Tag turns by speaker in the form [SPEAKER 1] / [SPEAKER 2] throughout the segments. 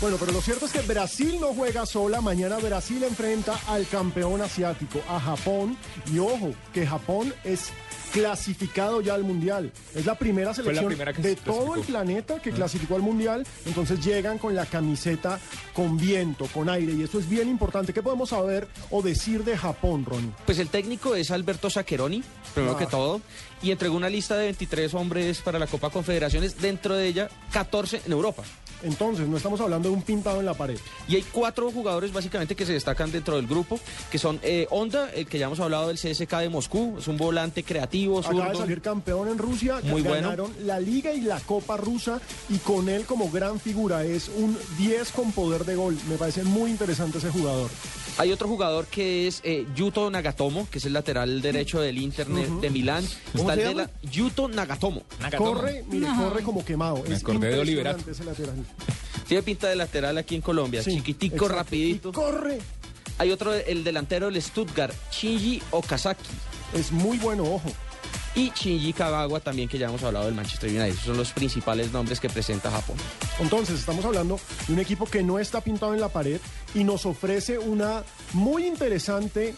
[SPEAKER 1] Bueno, pero lo cierto es que Brasil no juega sola. Mañana Brasil enfrenta al campeón asiático, a Japón. Y ojo, que Japón es clasificado ya al mundial. Es la primera selección
[SPEAKER 2] primera que
[SPEAKER 1] de
[SPEAKER 2] se clasificó. Ah.
[SPEAKER 1] todo el planeta que clasificó al mundial. Entonces llegan con la camiseta con viento, con aire. Y eso es bien importante. ¿Qué podemos saber o decir de Japón, Ronnie?
[SPEAKER 3] Pues el técnico es Alberto Saccheroni, primero
[SPEAKER 1] Ah.
[SPEAKER 3] que todo, y entregó una lista de 23 hombres para la Copa Confederaciones, dentro de ella 14 en Europa.
[SPEAKER 1] Entonces, no estamos hablando de un pintado en la pared.
[SPEAKER 3] Y hay cuatro jugadores básicamente que se destacan dentro del grupo, que son eh, Honda, el que ya hemos hablado del CSK de Moscú, es un volante creativo,
[SPEAKER 1] Acaba de
[SPEAKER 3] zurdo.
[SPEAKER 1] salir campeón en Rusia,
[SPEAKER 3] Muy bueno.
[SPEAKER 1] ganaron la liga y la copa rusa y con él como gran figura es un 10 con poder de gol. Me parece muy interesante ese jugador.
[SPEAKER 3] Hay otro jugador que es eh, Yuto Nagatomo, que es el lateral derecho del Internet de Milán.
[SPEAKER 2] ¿Cómo
[SPEAKER 3] Está el
[SPEAKER 2] se
[SPEAKER 3] de la- Yuto Nagatomo.
[SPEAKER 2] Nagatomo.
[SPEAKER 1] Corre, mire, corre como quemado.
[SPEAKER 2] Me
[SPEAKER 1] es
[SPEAKER 2] acordé de Oliverato.
[SPEAKER 1] impresionante ese lateral.
[SPEAKER 3] Tiene pinta de lateral aquí en Colombia,
[SPEAKER 1] Sí,
[SPEAKER 3] chiquitico,
[SPEAKER 1] exacto.
[SPEAKER 3] rapidito.
[SPEAKER 1] Y corre.
[SPEAKER 3] Hay otro, el delantero del Stuttgart, Shinji Okazaki.
[SPEAKER 1] Es muy bueno, ojo.
[SPEAKER 3] Y Shinji Kagawa también, que ya hemos hablado del Manchester United. Esos son los principales nombres que presenta Japón.
[SPEAKER 1] Entonces, estamos hablando de un equipo que no está pintado en la pared y nos ofrece una muy interesante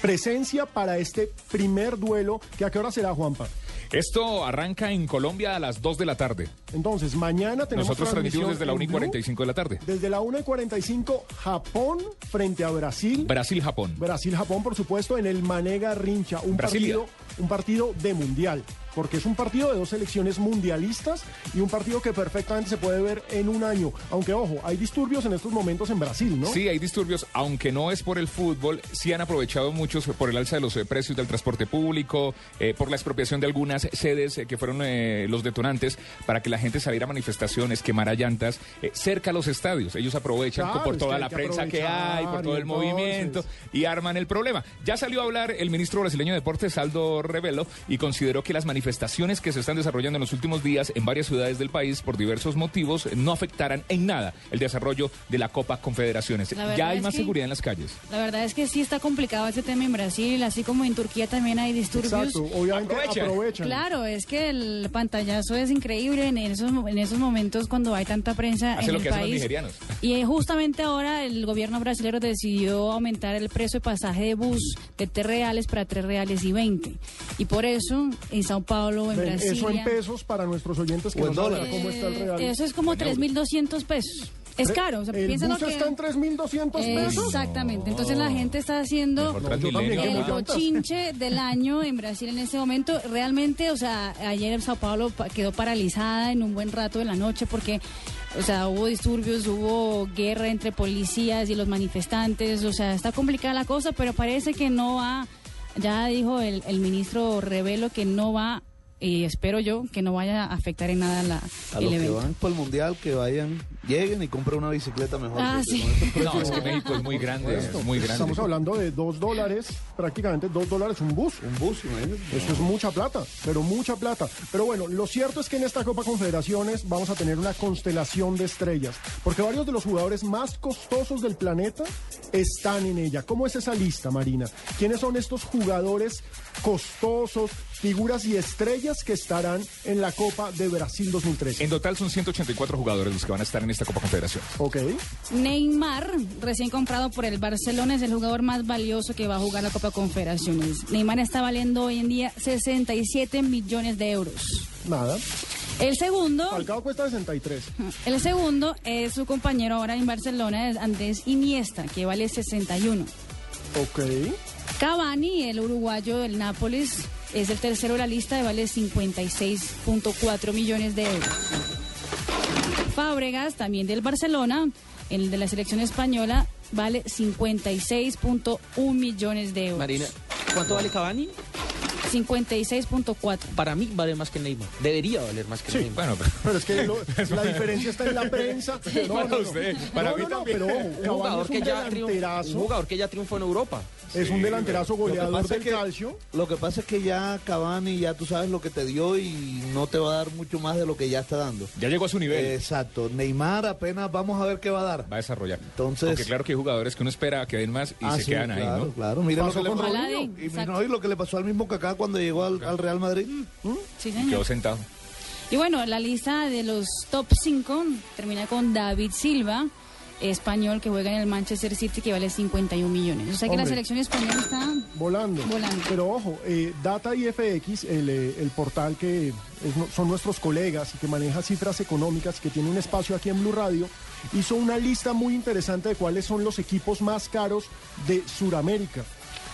[SPEAKER 1] presencia para este primer duelo, que a qué hora será, Juanpa.
[SPEAKER 2] Esto arranca en Colombia a las 2 de la tarde.
[SPEAKER 1] Entonces, mañana tenemos
[SPEAKER 2] Nosotros
[SPEAKER 1] transmisión
[SPEAKER 2] transmitimos desde la
[SPEAKER 1] en
[SPEAKER 2] 1 y
[SPEAKER 1] Blue.
[SPEAKER 2] 45 de la tarde.
[SPEAKER 1] Desde la 1 y 45, Japón frente a Brasil.
[SPEAKER 2] Brasil-Japón.
[SPEAKER 1] Brasil-Japón, por supuesto, en el Manega Rincha. Un
[SPEAKER 2] Brasilia.
[SPEAKER 1] partido, un partido de mundial. Porque es un partido de dos selecciones mundialistas y un partido que perfectamente se puede ver en un año. Aunque, ojo, hay disturbios en estos momentos en Brasil, ¿no?
[SPEAKER 2] Sí, hay disturbios, aunque no es por el fútbol, sí han aprovechado muchos por el alza de los eh, precios del transporte público, eh, por la expropiación de algunas sedes eh, que fueron eh, los detonantes para que la gente saliera a manifestaciones, quemara llantas eh, cerca a los estadios. Ellos aprovechan
[SPEAKER 1] Claro,
[SPEAKER 2] por
[SPEAKER 1] es
[SPEAKER 2] toda
[SPEAKER 1] que hay
[SPEAKER 2] la
[SPEAKER 1] que
[SPEAKER 2] prensa que hay, por
[SPEAKER 1] aprovechar,
[SPEAKER 2] todo
[SPEAKER 1] y
[SPEAKER 2] el movimiento
[SPEAKER 1] entonces-
[SPEAKER 2] y arman el problema. Ya salió a hablar el ministro brasileño de Deportes, Aldo Revelo, y consideró que las manifestaciones que se están desarrollando en los últimos días en varias ciudades del país por diversos motivos no afectarán en nada el desarrollo de la Copa Confederaciones.
[SPEAKER 4] La verdad
[SPEAKER 2] Ya hay
[SPEAKER 4] es
[SPEAKER 2] más
[SPEAKER 4] que-
[SPEAKER 2] seguridad en las calles.
[SPEAKER 4] La verdad es que sí está complicado este tema en Brasil, así como en Turquía también hay disturbios.
[SPEAKER 1] Exacto, obviamente
[SPEAKER 2] Aprovechan.
[SPEAKER 1] aprovechan.
[SPEAKER 4] Claro, es que el pantallazo es increíble en esos, mo- en esos momentos cuando hay tanta prensa
[SPEAKER 2] Hace
[SPEAKER 4] en
[SPEAKER 2] lo
[SPEAKER 4] el
[SPEAKER 2] que hacen los
[SPEAKER 4] país.
[SPEAKER 2] nigerianos.
[SPEAKER 4] Y eh, justamente ahora el gobierno brasileño decidió aumentar el precio de pasaje de bus de 3 reales para 3 reales y 20. Y por eso en Sao Paulo, en
[SPEAKER 1] Ven,
[SPEAKER 4] Brasilia...
[SPEAKER 1] eso en pesos para nuestros oyentes que
[SPEAKER 3] O en
[SPEAKER 1] no saben
[SPEAKER 3] dólares.
[SPEAKER 1] cómo está el
[SPEAKER 4] eh,
[SPEAKER 1] real.
[SPEAKER 4] Eso es como 3.200 pesos. Es caro, o sea,
[SPEAKER 1] el
[SPEAKER 4] piensen lo
[SPEAKER 1] bus
[SPEAKER 4] que...
[SPEAKER 1] está en 3.200 pesos.
[SPEAKER 4] Exactamente, entonces la gente está haciendo...
[SPEAKER 1] No,
[SPEAKER 2] Mejor
[SPEAKER 1] yo
[SPEAKER 2] Transmilenio,
[SPEAKER 1] también,
[SPEAKER 4] El
[SPEAKER 2] ¿verdad?
[SPEAKER 1] yo-
[SPEAKER 4] cochinche del año en Brasil en este momento, realmente, o sea, ayer en Sao Paulo pa- quedó paralizada en un buen rato de la noche porque, o sea, hubo disturbios, hubo guerra entre policías y los manifestantes, o sea, está complicada la cosa, pero parece que no va, ya dijo el, el ministro Revelo que no va, y espero yo, que no vaya a afectar en nada la,
[SPEAKER 5] A
[SPEAKER 4] el
[SPEAKER 5] los que
[SPEAKER 4] evento.
[SPEAKER 5] van para el mundial, que vayan, lleguen y compren una bicicleta mejor.
[SPEAKER 4] Ah, sí.
[SPEAKER 5] porque con estos
[SPEAKER 2] No,
[SPEAKER 5] precios-
[SPEAKER 2] es que México es muy grande, es muy grande.
[SPEAKER 1] Estamos hablando de 2 dólares, prácticamente 2 dólares un bus.
[SPEAKER 5] Un bus, imagínate.
[SPEAKER 1] Eso es mucha plata, pero mucha plata. Pero bueno, lo cierto es que en esta Copa Confederaciones vamos a tener una constelación de estrellas, porque varios de los jugadores más costosos del planeta están en ella. ¿Cómo es esa lista, Marina? ¿Quiénes son estos jugadores costosos, figuras y estrellas que estarán en la Copa de Brasil 2013?
[SPEAKER 2] En total son 184 jugadores los que van a estar en esta Copa Confederación.
[SPEAKER 1] Ok.
[SPEAKER 4] Neymar, recién comprado por el Barcelona, es el jugador más valioso que va a jugar la Copa Confederaciones. Neymar está valiendo hoy en día 67 millones de euros.
[SPEAKER 1] Nada.
[SPEAKER 4] El segundo,
[SPEAKER 1] Falcao cuesta 63.
[SPEAKER 4] el segundo es su compañero ahora en Barcelona, es Andrés Iniesta, que vale 61.
[SPEAKER 1] Ok.
[SPEAKER 4] Cavani, el uruguayo del Nápoles, es el tercero de la lista y vale 56.4 millones de euros. Fábregas, también del Barcelona, el de la selección española, vale 56.1 millones de euros.
[SPEAKER 3] Marina, ¿cuánto vale Cavani?
[SPEAKER 4] 56.4.
[SPEAKER 3] Para mí vale más que Neymar. Debería valer más que
[SPEAKER 1] Sí,
[SPEAKER 3] Neymar.
[SPEAKER 2] Bueno, pues,
[SPEAKER 1] Pero es que lo- la diferencia está en la prensa. No,
[SPEAKER 2] para
[SPEAKER 1] no, no.
[SPEAKER 2] usted, para
[SPEAKER 1] No,
[SPEAKER 2] mí
[SPEAKER 1] no, no,
[SPEAKER 2] también.
[SPEAKER 1] pero ojo,
[SPEAKER 3] un,
[SPEAKER 1] Cavani es
[SPEAKER 3] jugador
[SPEAKER 1] un
[SPEAKER 3] que ya triunfó,
[SPEAKER 1] delanterazo.
[SPEAKER 3] un jugador que ya triunfó en Europa.
[SPEAKER 1] Es un delanterazo
[SPEAKER 5] Lo que
[SPEAKER 1] goleador
[SPEAKER 5] pasa
[SPEAKER 1] del
[SPEAKER 5] es que-
[SPEAKER 1] calcio.
[SPEAKER 5] Lo que pasa es que ya Cavani, ya tú sabes lo que te dio y no te va a dar mucho más de lo que ya está dando.
[SPEAKER 2] ya llegó a su nivel.
[SPEAKER 5] Exacto. Neymar apenas vamos a ver qué va a dar.
[SPEAKER 2] Va a desarrollar.
[SPEAKER 5] Entonces-
[SPEAKER 2] Porque claro que hay jugadores que uno espera que den más y
[SPEAKER 5] Ah,
[SPEAKER 2] se
[SPEAKER 5] sí,
[SPEAKER 2] quedan
[SPEAKER 5] claro,
[SPEAKER 2] ahí, ¿no?
[SPEAKER 5] Claro, mira lo
[SPEAKER 1] Pasó
[SPEAKER 5] que, le
[SPEAKER 1] con
[SPEAKER 5] pasó,
[SPEAKER 4] Ronaldinho,
[SPEAKER 5] y,
[SPEAKER 4] exacto. Mm,
[SPEAKER 5] no, y lo que le pasó al mismo Kaká cuando llegó al, al Real Madrid.
[SPEAKER 4] Sí,
[SPEAKER 2] Quedó
[SPEAKER 4] señor.
[SPEAKER 2] sentado.
[SPEAKER 4] Y bueno, la lista de los top 5 termina con David Silva, español que juega en el Manchester City, que vale 51 millones. O sea que la
[SPEAKER 1] Hombre.
[SPEAKER 4] selección española está...
[SPEAKER 1] Volando.
[SPEAKER 4] Volando.
[SPEAKER 1] Pero ojo, eh, Data IFX, el, eh, el portal que es no- son nuestros colegas y que maneja cifras económicas, que tiene un espacio aquí en Blue Radio, hizo una lista muy interesante de cuáles son los equipos más caros de Sudamérica.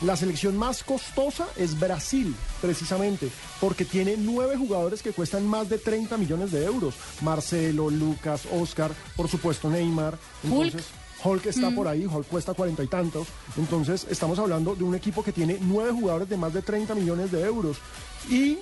[SPEAKER 1] La selección más costosa es Brasil, precisamente, porque tiene nueve jugadores que cuestan más de 30 millones de euros. Marcelo, Lucas, Oscar, por supuesto Neymar. Entonces, Hulk está por ahí, Hulk cuesta cuarenta y tantos. Entonces, estamos hablando de un equipo que tiene nueve jugadores de más de 30 millones de euros. Y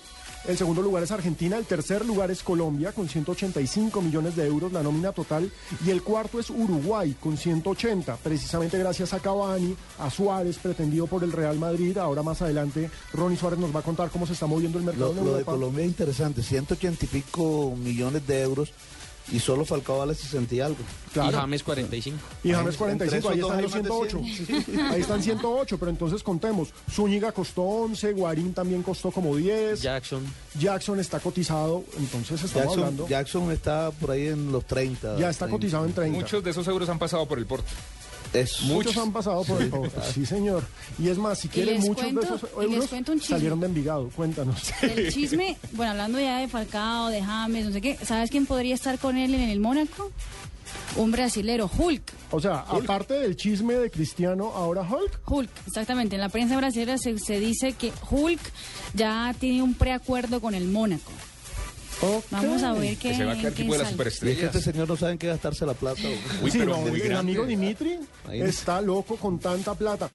[SPEAKER 1] el segundo lugar es Argentina, el tercer lugar es Colombia con 185 millones de euros la nómina total y el cuarto es Uruguay con 180, precisamente gracias a Cavani, a Suárez pretendido por el Real Madrid, ahora más adelante Ronnie Suárez nos va a contar cómo se está moviendo el mercado
[SPEAKER 5] Lo,
[SPEAKER 1] en
[SPEAKER 5] lo de
[SPEAKER 1] Europa.
[SPEAKER 5] Colombia es interesante, 180 y pico millones de euros y solo Falcao vale 60 y algo.
[SPEAKER 3] Y
[SPEAKER 1] Claro.
[SPEAKER 3] James 45.
[SPEAKER 1] Y James
[SPEAKER 5] Entre
[SPEAKER 1] 45,
[SPEAKER 5] esos
[SPEAKER 1] ahí
[SPEAKER 5] dos
[SPEAKER 1] están los
[SPEAKER 5] hay más de
[SPEAKER 1] 108. Ahí están 108, pero entonces contemos. Zúñiga costó 11, Guarín también costó como 10,
[SPEAKER 3] Jackson.
[SPEAKER 1] Jackson está cotizado, entonces estamos
[SPEAKER 5] Jackson,
[SPEAKER 1] hablando.
[SPEAKER 5] Jackson está por ahí en los 30.
[SPEAKER 1] ya está
[SPEAKER 5] 30.
[SPEAKER 1] cotizado en 30.
[SPEAKER 2] Muchos de esos euros han pasado por el Porto.
[SPEAKER 5] Es
[SPEAKER 1] Muchos han pasado por el favor. Sí, señor. Y es más, si quieren
[SPEAKER 4] les
[SPEAKER 1] muchos
[SPEAKER 4] cuento-
[SPEAKER 1] de esos
[SPEAKER 4] y les
[SPEAKER 1] euros
[SPEAKER 4] cuento un chisme.
[SPEAKER 1] salieron de Envigado. Cuéntanos.
[SPEAKER 4] El chisme, bueno, hablando ya de Falcao, de James, no sé qué, ¿sabes quién podría estar con él en el Mónaco? Un brasilero, Hulk.
[SPEAKER 1] O sea, aparte del chisme de Cristiano, ahora Hulk.
[SPEAKER 4] Hulk, exactamente. En la prensa brasileña se, se dice que Hulk ya tiene un preacuerdo con el Mónaco.
[SPEAKER 1] Ok.
[SPEAKER 4] Vamos a ver qué,
[SPEAKER 2] Que se va a quedar
[SPEAKER 4] qué
[SPEAKER 2] tipo de las
[SPEAKER 4] sale.
[SPEAKER 5] Y es que
[SPEAKER 2] superestrellas.
[SPEAKER 5] este señor no sabe en qué gastarse la plata. hombre.
[SPEAKER 2] Uy,
[SPEAKER 1] sí,
[SPEAKER 2] pero
[SPEAKER 1] no,
[SPEAKER 2] muy
[SPEAKER 1] el
[SPEAKER 2] grande.
[SPEAKER 1] amigo Dimitri
[SPEAKER 5] Ahí no.
[SPEAKER 1] está loco con tanta plata.